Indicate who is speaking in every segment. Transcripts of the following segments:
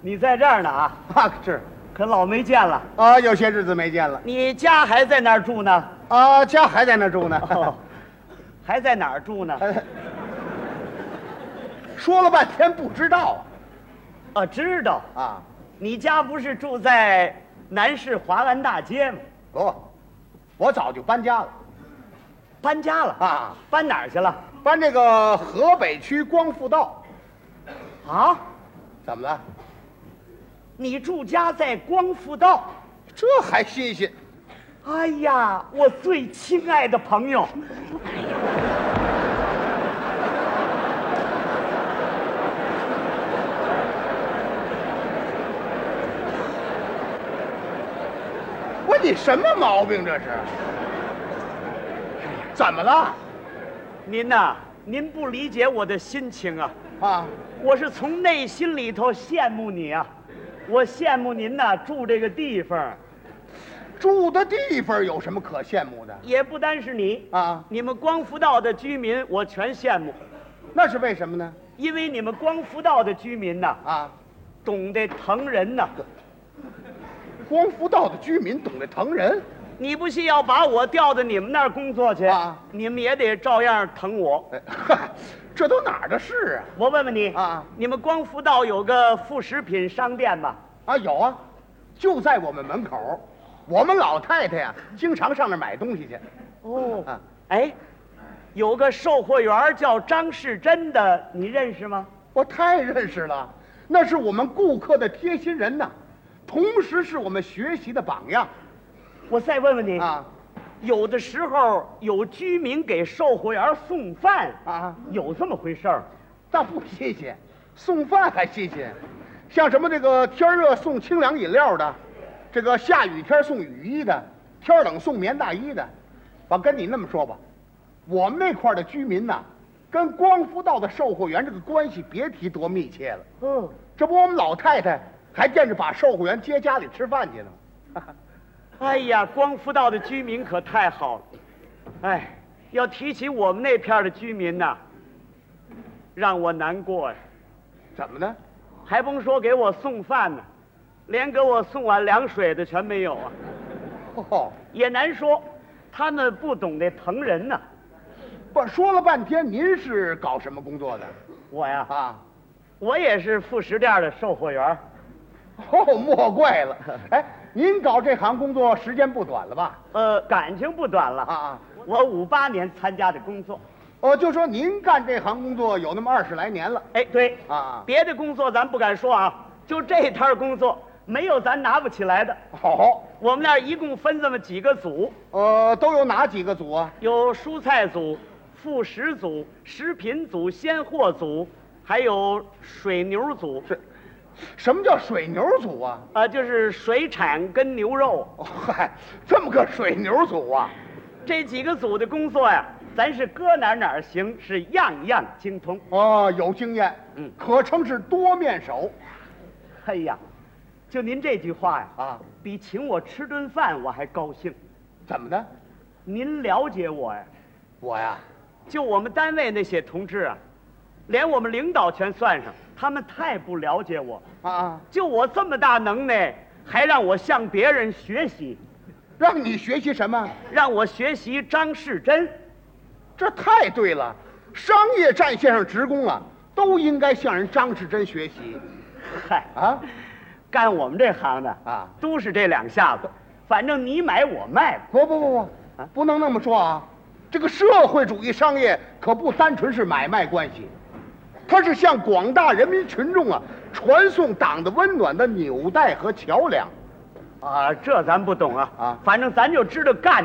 Speaker 1: 你在这儿呢啊？
Speaker 2: 啊，是
Speaker 1: 可老没见了。
Speaker 2: 啊，有些日子没见了
Speaker 1: 你家还在那儿住呢？
Speaker 2: 啊，家还在那儿住呢。
Speaker 1: 哦， 还在哪儿住呢？
Speaker 2: 哎 说了半天不知道
Speaker 1: 啊，知道。
Speaker 2: 啊啊，
Speaker 1: 你家不是住在南市华安大街吗？
Speaker 2: 不，我早就搬家了
Speaker 1: 搬家了？
Speaker 2: 啊，
Speaker 1: 搬哪儿去了？
Speaker 2: 搬这个河北区光复道。
Speaker 1: 啊，
Speaker 2: 怎么了？
Speaker 1: 你住家在光复道。
Speaker 2: 这还新鲜？
Speaker 1: 哎呀，我最亲爱的朋友，
Speaker 2: 我你什么毛病这是？哎怎么了？
Speaker 1: 您呐、您不理解我的心情啊，
Speaker 2: 啊，
Speaker 1: 我是从内心里头羡慕你啊，我羡慕您呐、住这个地方，
Speaker 2: 住的地方有什么可羡慕的？
Speaker 1: 也不单是你
Speaker 2: 啊
Speaker 1: 你们光复道的居民我全羡慕，
Speaker 2: 那是为什么呢？
Speaker 1: 因为你们光复道的居民呐、
Speaker 2: 啊，
Speaker 1: 懂得疼人呐、
Speaker 2: 光复道的居民懂得疼人，
Speaker 1: 你不信要把我调到你们那儿工作去
Speaker 2: 啊
Speaker 1: 你们也得照样疼我。
Speaker 2: 哎， 哈这都哪儿的事
Speaker 1: 我问问你
Speaker 2: 啊
Speaker 1: 你们光复道有个副食品商店吧？
Speaker 2: 啊？啊，有啊，就在我们门口，我们老太太呀、经常上那儿买东西去。
Speaker 1: 哦
Speaker 2: 啊
Speaker 1: 哎，有个售货员叫张世珍的，你认识吗？
Speaker 2: 我太认识了，那是我们顾客的贴心人呐，同时是我们学习的榜样
Speaker 1: 我再问问你，
Speaker 2: 啊
Speaker 1: 有的时候有居民给售货员送饭，
Speaker 2: 啊！
Speaker 1: 有这么回事儿？
Speaker 2: 倒不新鲜，送饭还新鲜，像什么这个天热送清凉饮料的，这个下雨天送雨衣的，天冷送棉大衣的。我跟你那么说吧，我们那块儿的居民呐、跟光复道的售货员这个关系别提多密切了。
Speaker 1: 嗯，
Speaker 2: 这不，我们老太太还惦着把售货员接家里吃饭去呢。
Speaker 1: 哎呀，光复道的居民可太好了。哎，要提起我们那片儿的居民呐、让我难过呀、
Speaker 2: 怎么呢？
Speaker 1: 还甭说给我送饭呢、连给我送碗凉水的全没有啊。
Speaker 2: 哦，
Speaker 1: 也难说，他们不懂得疼人呐、
Speaker 2: 不说了半天，您是搞什么工作的
Speaker 1: 我呀，
Speaker 2: 啊？
Speaker 1: 我也是副食店的售货员儿，
Speaker 2: 哦，莫怪了。哎，您搞这行工作时间不短了吧？
Speaker 1: 呃，感情不短了
Speaker 2: 啊啊！
Speaker 1: 我五八年参加的工作，
Speaker 2: 哦，就说您干这行工作有那么二十来年了
Speaker 1: 哎，对，
Speaker 2: 啊？
Speaker 1: 别的工作咱不敢说啊，就这摊儿工作，没有咱拿不起来的。
Speaker 2: 好，
Speaker 1: 我们那儿一共分这么几个组，
Speaker 2: 呃，都有哪几个组啊？
Speaker 1: 有蔬菜组、副食组、食品组、鲜货组，还有水牛组，
Speaker 2: 是，什么叫水牛组啊？
Speaker 1: 啊、就是水产跟牛肉。
Speaker 2: 哦，嗨，这么个水牛组啊？
Speaker 1: 这几个组的工作呀，咱是搁哪儿哪儿行，是样样精通。
Speaker 2: 哦，有经验，
Speaker 1: 嗯
Speaker 2: 可称是多面手
Speaker 1: 哎呀，就您这句话呀，
Speaker 2: 啊？
Speaker 1: 比请我吃顿饭我还高兴。
Speaker 2: 怎么的？
Speaker 1: 您了解我呀？
Speaker 2: 我呀，
Speaker 1: 就我们单位那些同志啊，连我们领导全算上，他们太不了解我。
Speaker 2: 啊，
Speaker 1: 就我这么大能耐，还让我向别人学习，
Speaker 2: 让你学习什么？
Speaker 1: 让我学习张世珍。
Speaker 2: 这太对了，商业战线上职工啊，都应该向人张志珍学习
Speaker 1: 嗨，
Speaker 2: 啊。
Speaker 1: 干我们这行的
Speaker 2: 啊
Speaker 1: 都是这两下子。反正你买我卖吧。
Speaker 2: 不不不不，不能那么说啊！这个社会主义商业可不单纯是买卖关系，它是向广大人民群众啊传送党的温暖的纽带和桥梁。
Speaker 1: 啊，这咱不懂啊
Speaker 2: 啊
Speaker 1: 反正咱就知道干。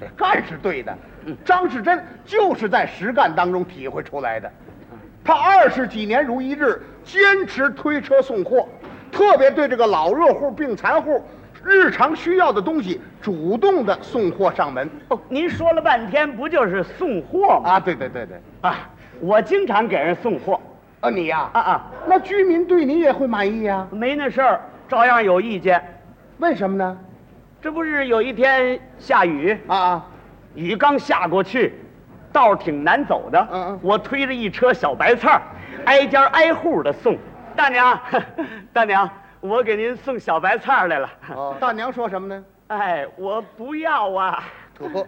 Speaker 2: 这干是对的，张士珍就是在实干当中体会出来的。他二十几年如一日坚持推车送货，特别对这个老弱户、病残户日常需要的东西主动的送货上门。
Speaker 1: 哦，您说了半天，不就是送货吗？
Speaker 2: 啊，对对对对，
Speaker 1: 啊，我经常给人送货。
Speaker 2: 啊你呀、
Speaker 1: 啊啊，
Speaker 2: 那居民对你也会满意呀、
Speaker 1: 没那事儿，照样有意见。
Speaker 2: 为什么呢？
Speaker 1: 这不是有一天下雨，
Speaker 2: 啊，
Speaker 1: 雨刚下过去，道儿挺难走的。
Speaker 2: 嗯嗯
Speaker 1: 我推着一车小白菜儿挨家挨户的送。大娘， 大娘，我给您送小白菜儿来了。
Speaker 2: 哦，大娘说什么呢？
Speaker 1: 哎，我不要啊。
Speaker 2: 土，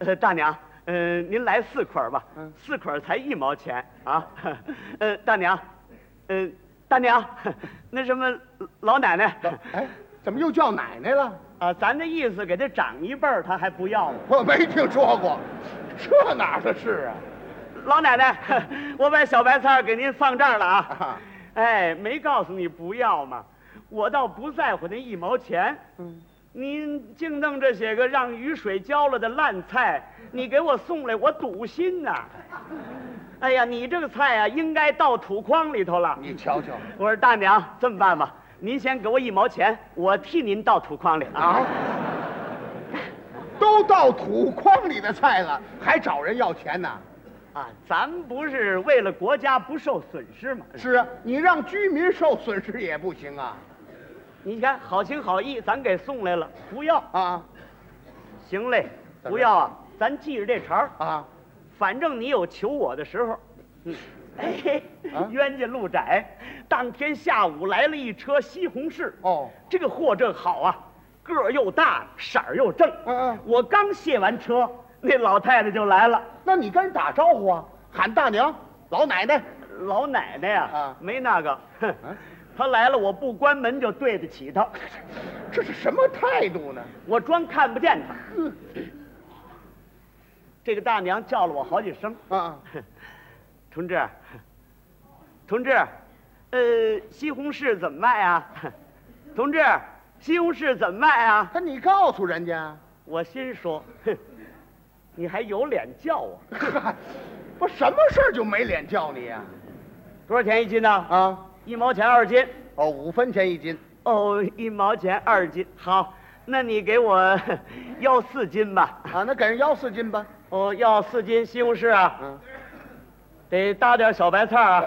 Speaker 1: 呃，大娘，呃，您来四捆儿吧，
Speaker 2: 嗯
Speaker 1: 四捆儿才一毛钱啊。 呃，大娘，呃，大娘， 那什么老奶奶
Speaker 2: 哎，怎么又叫奶奶了？
Speaker 1: 啊，咱这意思给他长一辈儿，他还不要呢。
Speaker 2: 我没听说过，这哪儿的事啊？
Speaker 1: 老奶奶， 我把小白菜儿给您放这儿了嗯啊
Speaker 2: 啊。
Speaker 1: 哎，没告诉你不要嘛，我倒不在乎那一毛钱。嗯，您净弄这些个让雨水浇了的烂菜，你给我送来，我堵心呐、哎呀，你这个菜啊，应该到土筐里头了。
Speaker 2: 你瞧瞧
Speaker 1: 我说大娘，这么办吧，您先给我一毛钱，我替您倒土筐里啊。
Speaker 2: 啊， 都到土筐里的菜了，还找人要钱呢？
Speaker 1: 啊，咱们不是为了国家不受损失吗？
Speaker 2: 是啊，你让居民受损失也不行啊！
Speaker 1: 你看，好情好意，咱给送来了，不要。
Speaker 2: 啊
Speaker 1: 行嘞，
Speaker 2: 怎么
Speaker 1: 不要啊，咱记着这茬儿，
Speaker 2: 啊，
Speaker 1: 反正你有求我的时候。嗯，哎
Speaker 2: 啊，
Speaker 1: 冤家路窄，当天下午来了一车西红柿。
Speaker 2: 哦，
Speaker 1: 这个货正好啊，个儿又大，色儿又正。
Speaker 2: 嗯嗯
Speaker 1: 我刚卸完车，那老太太就来了。
Speaker 2: 那你跟人打招呼啊，喊大娘、老奶奶。
Speaker 1: 老奶奶呀、
Speaker 2: 啊
Speaker 1: 没那个，哼
Speaker 2: 嗯，
Speaker 1: 她来了，我不关门就对得起她，
Speaker 2: 这是什么态度呢？
Speaker 1: 我装看不见她。
Speaker 2: 嗯
Speaker 1: 这个大娘叫了我好几声，
Speaker 2: 啊，
Speaker 1: 同志， 同志，呃，西红柿怎么卖啊？ 同志，西红柿怎么卖啊？
Speaker 2: 那你告诉人家，
Speaker 1: 我心说， 哼，你还有脸叫我？
Speaker 2: 嗨，我什么事儿就没脸叫你呀、
Speaker 1: 多少钱一斤呢？
Speaker 2: 啊？啊，
Speaker 1: 一毛钱二斤。
Speaker 2: 哦，五分钱一斤，
Speaker 1: 哦，一毛钱二斤。好，那你给我 要四斤吧。
Speaker 2: 啊，那给人要四斤吧。
Speaker 1: 哦，要四斤西红柿啊，
Speaker 2: 嗯，
Speaker 1: 得搭点小白菜啊。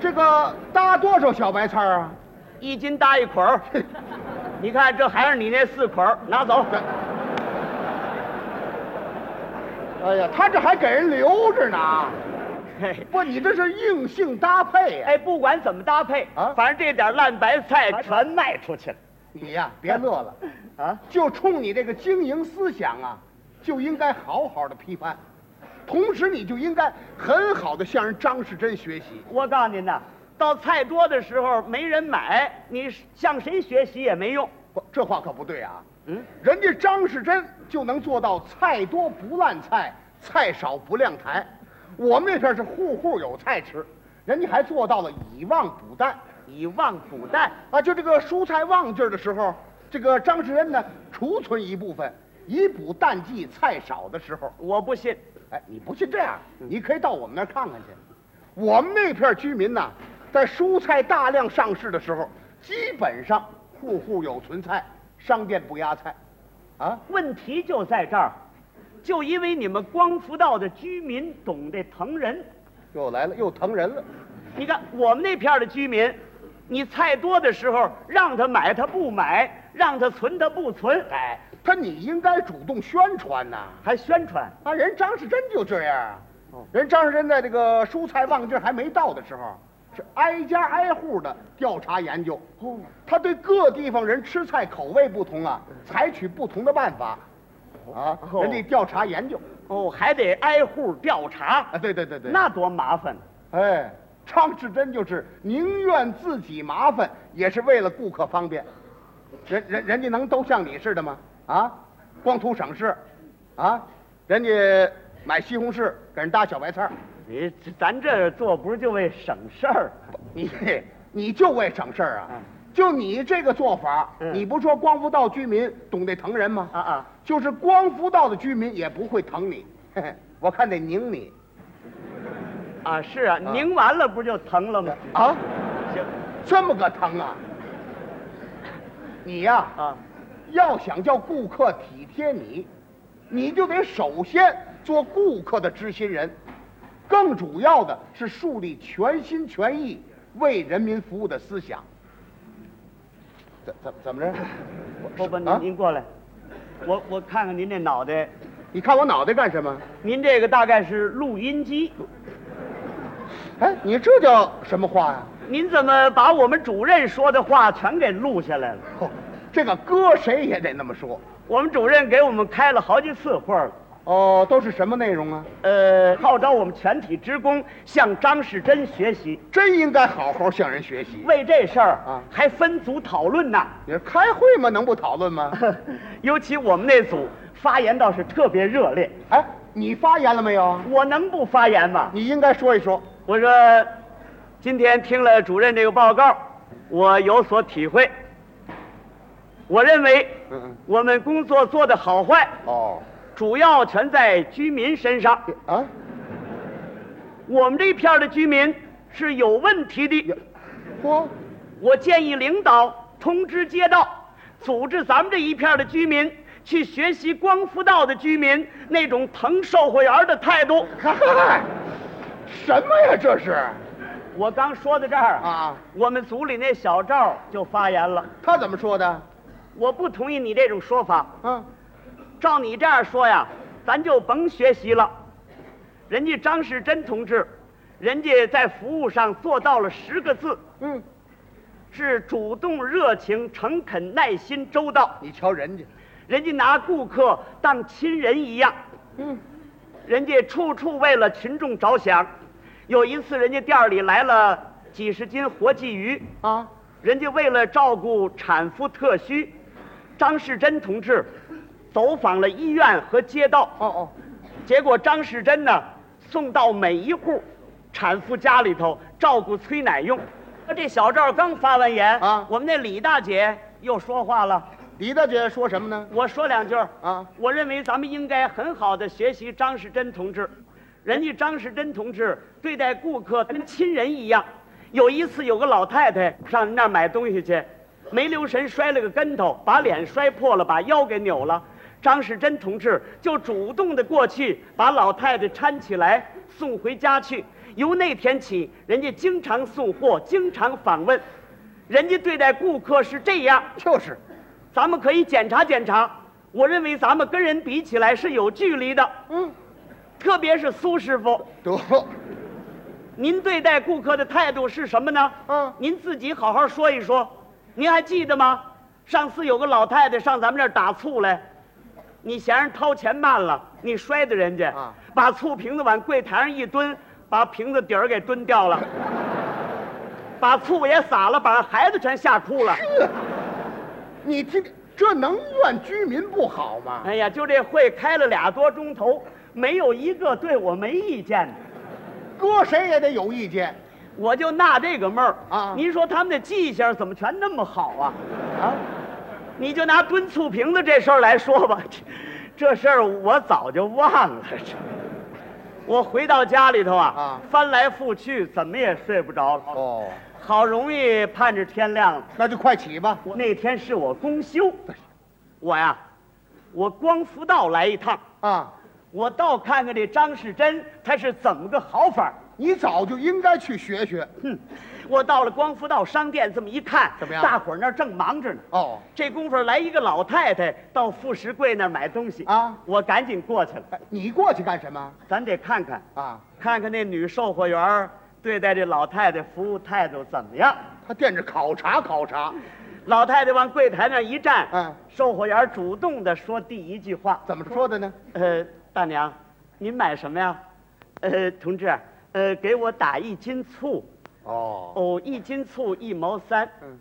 Speaker 2: 这个搭多少小白菜儿啊？
Speaker 1: 一斤搭一捆儿。 你看，这还是你那四捆儿，拿走。
Speaker 2: 哎呀，他这还给人留着呢。
Speaker 1: 嘿
Speaker 2: 不，你这是硬性搭配呀、
Speaker 1: 哎，不管怎么搭配
Speaker 2: 啊
Speaker 1: 反正这点烂白菜全卖出去了。
Speaker 2: 你呀、别乐了，
Speaker 1: 啊，
Speaker 2: 就冲你这个经营思想啊，就应该好好的批判，同时你就应该很好的向人张世珍学习。
Speaker 1: 我告诉您呐，到菜多的时候没人买，你向谁学习也没用。
Speaker 2: 不，这话可不对啊！
Speaker 1: 嗯，
Speaker 2: 人家张世珍就能做到菜多不烂菜，菜少不晾台。我们那边是户户有菜吃，人家还做到了以旺补淡
Speaker 1: 以旺补淡，
Speaker 2: 啊！就这个蔬菜旺季儿的时候，这个张世珍呢储存一部分，以补淡季菜少的时候。
Speaker 1: 我不信。
Speaker 2: 哎，你不信这样，你可以到我们那儿看看去。我们那片居民呐，在蔬菜大量上市的时候，基本上户户有存菜，商店不压菜，啊，
Speaker 1: 问题就在这儿，就因为你们光福道的居民懂得疼人。
Speaker 2: 又来了，又疼人了。
Speaker 1: 你看我们那片儿的居民，你菜多的时候让他买他不买，让他存他不存，哎，
Speaker 2: 他你应该主动宣传呐、
Speaker 1: 还宣传。
Speaker 2: 啊，人张世珍就这样啊。
Speaker 1: 哦
Speaker 2: 人张世珍在这个蔬菜旺季还没到的时候，啊是挨家挨户的调查研究。
Speaker 1: 哦，嗯
Speaker 2: 他对各地方人吃菜口味不同啊，采取不同的办法，啊，
Speaker 1: 哦
Speaker 2: 人家调查研究
Speaker 1: 哦，还得挨户调查，
Speaker 2: 啊，对对对对，
Speaker 1: 那多麻烦。
Speaker 2: 哎，张世珍就是宁愿自己麻烦，也是为了顾客方便。人人人家能都像你似的吗？啊，光图省事，啊，人家买西红柿给人搭小白菜儿，
Speaker 1: 你这咱这做不是就为省事儿？
Speaker 2: 你你就为省事儿啊。就你这个做法，你不说光福道居民懂得疼人吗？
Speaker 1: 啊啊，
Speaker 2: 就是光福道的居民也不会疼你，嘿嘿，我看得拧你
Speaker 1: 啊，是啊，拧完了不就疼了吗？
Speaker 2: 啊，
Speaker 1: 行
Speaker 2: 这么个疼啊！你呀、
Speaker 1: 啊，
Speaker 2: 要想叫顾客体贴你，你就得首先做顾客的知心人，更主要的是树立全心全意为人民服务的思想。怎怎怎么着？
Speaker 1: 不不，
Speaker 2: 啊
Speaker 1: 您您过来，我我看看您这脑袋
Speaker 2: 你看我脑袋干什么？
Speaker 1: 您这个大概是录音机，
Speaker 2: 哎，你这叫什么话呀、
Speaker 1: 您怎么把我们主任说的话全给录下来了？
Speaker 2: 哦，这个搁谁也得那么说。
Speaker 1: 我们主任给我们开了好几次会儿了，
Speaker 2: 哦，都是什么内容啊？
Speaker 1: 呃，号召我们全体职工向张世珍学习。
Speaker 2: 真应该好好向人学习。
Speaker 1: 为这事儿
Speaker 2: 啊
Speaker 1: 还分组讨论呢。
Speaker 2: 你说开会嘛，能不讨论吗？
Speaker 1: 尤其我们那组发言倒是特别热烈，
Speaker 2: 哎，你发言了没有？
Speaker 1: 我能不发言吗？
Speaker 2: 你应该说一说。
Speaker 1: 我说，今天听了主任这个报告，我有所体会。我认为
Speaker 2: 嗯嗯，
Speaker 1: 我们工作做得好坏，
Speaker 2: 哦，
Speaker 1: 主要全在居民身上。
Speaker 2: 啊，
Speaker 1: 我们这片儿的居民是有问题的。
Speaker 2: 嚯，
Speaker 1: 我建议领导通知街道，组织咱们这一片儿的居民去学习光复道的居民那种疼售货员的态度。
Speaker 2: 嗨，什么呀这是？
Speaker 1: 我刚说到这儿
Speaker 2: 啊，
Speaker 1: 我们组里那小赵就发言了。
Speaker 2: 他怎么说的？
Speaker 1: 我不同意你这种说法。
Speaker 2: 啊，
Speaker 1: 照你这样说呀，咱就甭学习了。人家张世珍同志，人家在服务上做到了十个字，
Speaker 2: 嗯，
Speaker 1: 是主动、热情、诚恳、耐心、周到。
Speaker 2: 你瞧人家，
Speaker 1: 人家拿顾客当亲人一样，
Speaker 2: 嗯，
Speaker 1: 人家处处为了群众着想。有一次，人家店儿里来了几十斤活鲫鱼，
Speaker 2: 啊，
Speaker 1: 人家为了照顾产妇特需，张世珍同志走访了医院和街道。
Speaker 2: 哦哦，
Speaker 1: 结果张世珍呢送到每一户产妇家里头照顾催奶用。这小赵刚发完言
Speaker 2: 啊
Speaker 1: 我们那李大姐又说话了。
Speaker 2: 李大姐说什么呢？
Speaker 1: 我说两句儿
Speaker 2: 啊，
Speaker 1: 我认为咱们应该很好的学习张世珍同志，人家张世珍同志对待顾客跟亲人一样。有一次有个老太太上人那儿买东西去，没留神摔了个跟头，把脸摔破了，把腰给扭了。张世珍同志就主动的过去把老太太搀起来送回家去。由那天起，人家经常送货，经常访问，人家对待顾客是这样。
Speaker 2: 就是，
Speaker 1: 咱们可以检查检查。我认为咱们跟人比起来是有距离的，
Speaker 2: 嗯，
Speaker 1: 特别是苏师傅，
Speaker 2: 得，
Speaker 1: 您对待顾客的态度是什么呢？
Speaker 2: 嗯
Speaker 1: 您自己好好说一说。您还记得吗？上次有个老太太上咱们这儿打醋来，你嫌人掏钱慢了，你摔的人家，
Speaker 2: 啊
Speaker 1: 把醋瓶子往柜台上一蹲，把瓶子底儿给蹲掉了，把醋也洒了，把孩子全吓哭了。
Speaker 2: 你听，这能怨居民不好吗？
Speaker 1: 哎呀，就这会开了俩多钟头，没有一个对我没意见的，
Speaker 2: 搁谁也得有意见
Speaker 1: 我就纳这个闷儿
Speaker 2: 啊
Speaker 1: 您说他们的记性怎么全那么好啊？
Speaker 2: 啊！
Speaker 1: 你就拿蹲醋瓶子这事儿来说吧， 这这事儿我早就忘了。这我回到家里头啊，
Speaker 2: 啊
Speaker 1: 翻来覆去怎么也睡不着了。
Speaker 2: 哦，
Speaker 1: 好容易盼着天亮了，
Speaker 2: 那就快起吧。
Speaker 1: 我那天是我公休，我呀，我光复道来一趟。
Speaker 2: 啊，
Speaker 1: 我倒看看这张世珍他是怎么个好法儿
Speaker 2: 你早就应该去学学。
Speaker 1: 哼，我到了光复道商店，这么一看，
Speaker 2: 怎么样
Speaker 1: 大伙儿那儿正忙着呢。
Speaker 2: 哦，
Speaker 1: 这功夫儿来一个老太太到副食柜那儿买东西
Speaker 2: 啊
Speaker 1: 我赶紧过去了。
Speaker 2: 哎你过去干什么？
Speaker 1: 咱得看看，
Speaker 2: 啊，
Speaker 1: 看看那女售货员儿对待这老太太服务态度怎么样。
Speaker 2: 他惦着考察考察，
Speaker 1: 老太太往柜台那儿一站，
Speaker 2: 嗯
Speaker 1: 售货员儿主动的说第一句话
Speaker 2: 怎么说的呢？：“
Speaker 1: 呃，大娘，您买什么呀？呃，同志，呃，给我打一斤醋。”
Speaker 2: 哦，
Speaker 1: 哦，一斤醋一毛三。
Speaker 2: 嗯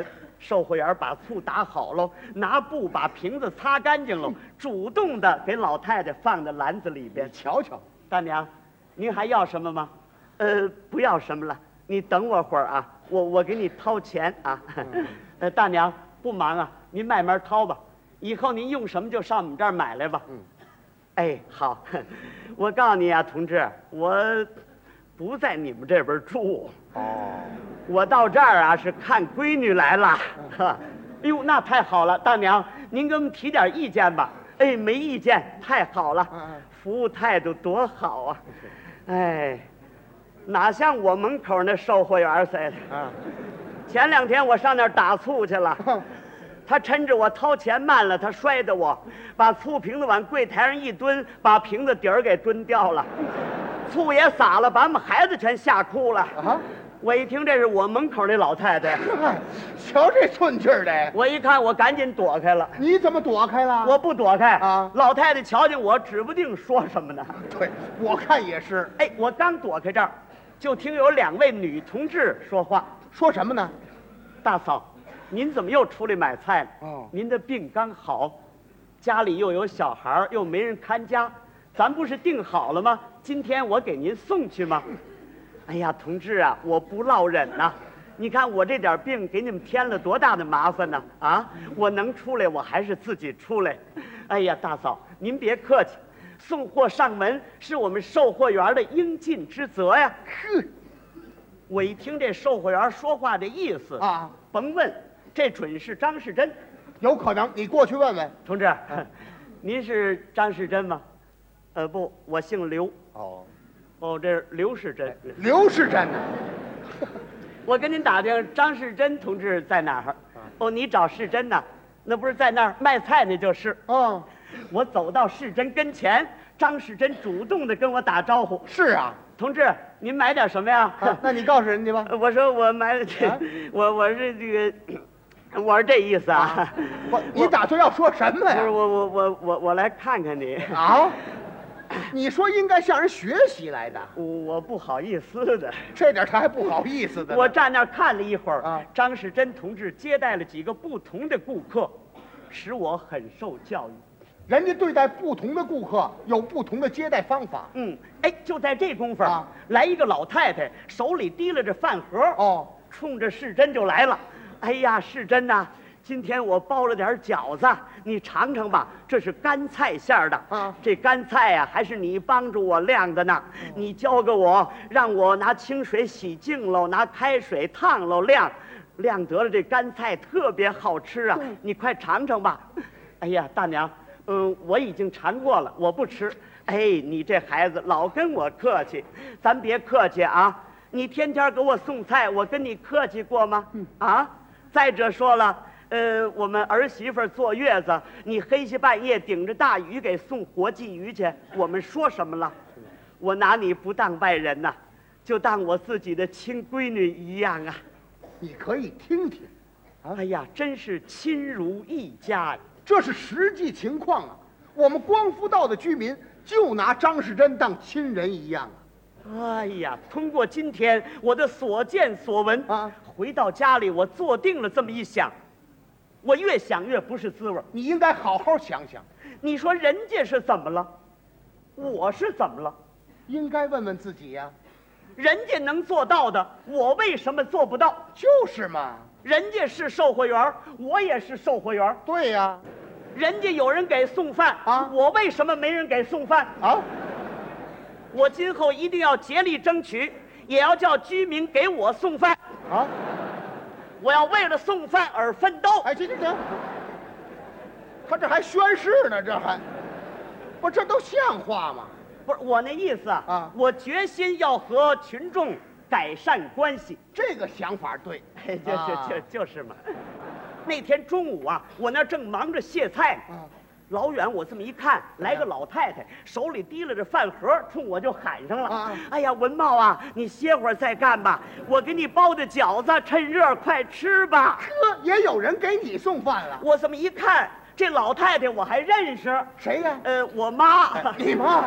Speaker 1: 呃，售货员把醋打好喽，拿布把瓶子擦干净喽，主动的给老太太放在篮子里边。
Speaker 2: 瞧瞧，
Speaker 1: 大娘，您还要什么吗？呃，不要什么了，你等我会儿啊，我我给你掏钱啊。
Speaker 2: 嗯
Speaker 1: 呃，大娘不忙啊，您慢慢掏吧，以后您用什么就上我们这儿买来吧。
Speaker 2: 嗯，
Speaker 1: 哎，好， 我告诉你啊，同志，我不在你们这边儿住。
Speaker 2: 哦，
Speaker 1: 我到这儿啊是看闺女来了，哈，哎呦，那太好了，大娘，您给我们提点意见吧。哎，没意见，太好了
Speaker 2: 嗯嗯，
Speaker 1: 服务态度多好啊！哎，哪像我门口那售货员儿似的。
Speaker 2: 啊，嗯
Speaker 1: 前两天我上那儿打醋去了，他趁着我掏钱慢了，他摔得我，把醋瓶子往柜台上一蹲，把瓶子底儿给蹲掉了，醋也洒了，把我们孩子全吓哭了。
Speaker 2: 啊，
Speaker 1: 我一听这是我门口那老太太，
Speaker 2: 嗨，哎瞧这寸劲儿的，
Speaker 1: 我一看我赶紧躲开了。
Speaker 2: 你怎么躲开了？
Speaker 1: 我不躲开
Speaker 2: 啊
Speaker 1: 老太太瞧见我，指不定说什么呢。
Speaker 2: 对，我看也是。
Speaker 1: 哎，我刚躲开这儿，就听有两位女同志说话
Speaker 2: 说什么呢？：“
Speaker 1: 大嫂，您怎么又出来买菜了？
Speaker 2: 哦
Speaker 1: 您的病刚好，家里又有小孩儿又没人看家，咱不是定好了吗？今天我给您送去吗？”哎呀，同志啊，我不落忍呐、你看我这点病给你们添了多大的麻烦呢、啊！我能出来，我还是自己出来。哎呀，大嫂，您别客气，送货上门是我们售货员的应尽之责呀。
Speaker 2: 哼，
Speaker 1: 我一听这售货员说话的意思
Speaker 2: 啊，
Speaker 1: 甭问，这准是张世珍
Speaker 2: 有可能，你过去问问。
Speaker 1: 同志。
Speaker 2: 嗯
Speaker 1: 您是张世珍吗？呃，不，我姓刘。
Speaker 2: 哦，哎
Speaker 1: 哦，这是刘世珍。
Speaker 2: 刘世珍呢？
Speaker 1: 我跟您打听，张世珍同志在哪儿？
Speaker 2: 嗯
Speaker 1: 哦，你找世珍呐？那不是在那儿卖菜那就是。
Speaker 2: 哦，
Speaker 1: 我走到世珍跟前，张世珍主动的跟我打招呼
Speaker 2: 是啊。：“
Speaker 1: 同志，您买点什么呀？”
Speaker 2: 啊那你告诉人家吧。
Speaker 1: 我说我买，
Speaker 2: 啊
Speaker 1: 我我是这个，我是这意思 啊。
Speaker 2: 我，你打算要说什么
Speaker 1: 不是
Speaker 2: 呀？
Speaker 1: 我我我我我来看看你，
Speaker 2: 啊， 你说应该向人学习来的，
Speaker 1: 我我不好意思的。
Speaker 2: 这点他还不好意思的呢。
Speaker 1: 我站那儿看了一会儿，
Speaker 2: 啊
Speaker 1: 张世珍同志接待了几个不同的顾客，使我很受教育。
Speaker 2: 人家对待不同的顾客有不同的接待方法。
Speaker 1: 嗯，哎，就在这功夫，
Speaker 2: 啊
Speaker 1: 来一个老太太，手里提了着饭盒，
Speaker 2: 哦，
Speaker 1: 冲着世珍就来了。哎呀，世珍呐、今天我包了点饺子，你尝尝吧，这是干菜馅儿的。
Speaker 2: 啊
Speaker 1: 这干菜呀、还是你帮助我晾的呢。你教给我，让我拿清水洗净喽，拿开水烫喽晾，晾得了这干菜特别好吃啊！你快尝尝吧。哎呀，大娘，嗯，我已经尝过了，我不吃。哎，你这孩子老跟我客气，咱别客气啊。你天天给我送菜，我跟你客气过吗？啊，再者说了，呃，我们儿媳妇儿坐月子，你黑下半夜顶着大雨给送活鲫鱼去，我们说什么了？我拿你不当外人呐、就当我自己的亲闺女一样啊！
Speaker 2: 你可以听听，
Speaker 1: 哎呀，真是亲如一家呀！
Speaker 2: 这是实际情况啊。我们光复道的居民就拿张世珍当亲人一样啊。
Speaker 1: 哎呀，通过今天我的所见所闻
Speaker 2: 啊
Speaker 1: 回到家里我坐定了这么一想，我越想越不是滋味儿。
Speaker 2: 你应该好好想想，
Speaker 1: 你说人家是怎么了，我是怎么了？
Speaker 2: 应该问问自己呀、
Speaker 1: 人家能做到的，我为什么做不到？
Speaker 2: 就是嘛，
Speaker 1: 人家是售货员儿，我也是售货员儿。
Speaker 2: 对呀、
Speaker 1: 人家有人给送饭
Speaker 2: 啊
Speaker 1: 我为什么没人给送饭？
Speaker 2: 啊，
Speaker 1: 我今后一定要竭力争取，也要叫居民给我送饭。
Speaker 2: 啊，
Speaker 1: 我要为了送饭而奋斗。
Speaker 2: 哎，行行行，他这还宣誓呢，这还，不这都像话吗？
Speaker 1: 不是我那意思啊，
Speaker 2: 啊
Speaker 1: 我决心要和群众改善关系。
Speaker 2: 这个想法对，
Speaker 1: 哎就
Speaker 2: 啊
Speaker 1: 就就就是嘛。那天中午啊，我那正忙着卸菜呢，
Speaker 2: 啊
Speaker 1: 老远我这么一看，来个老太太，手里提了着饭盒，冲我就喊上了：“
Speaker 2: 啊
Speaker 1: 哎呀，文茂啊，你歇会儿再干吧，我给你包的饺子，趁热快吃吧。
Speaker 2: 呵，也有人给你送饭”了，
Speaker 1: 我这么一看，这老太太我还认识，
Speaker 2: 谁呀、哎
Speaker 1: 呃，我妈。
Speaker 2: 你妈，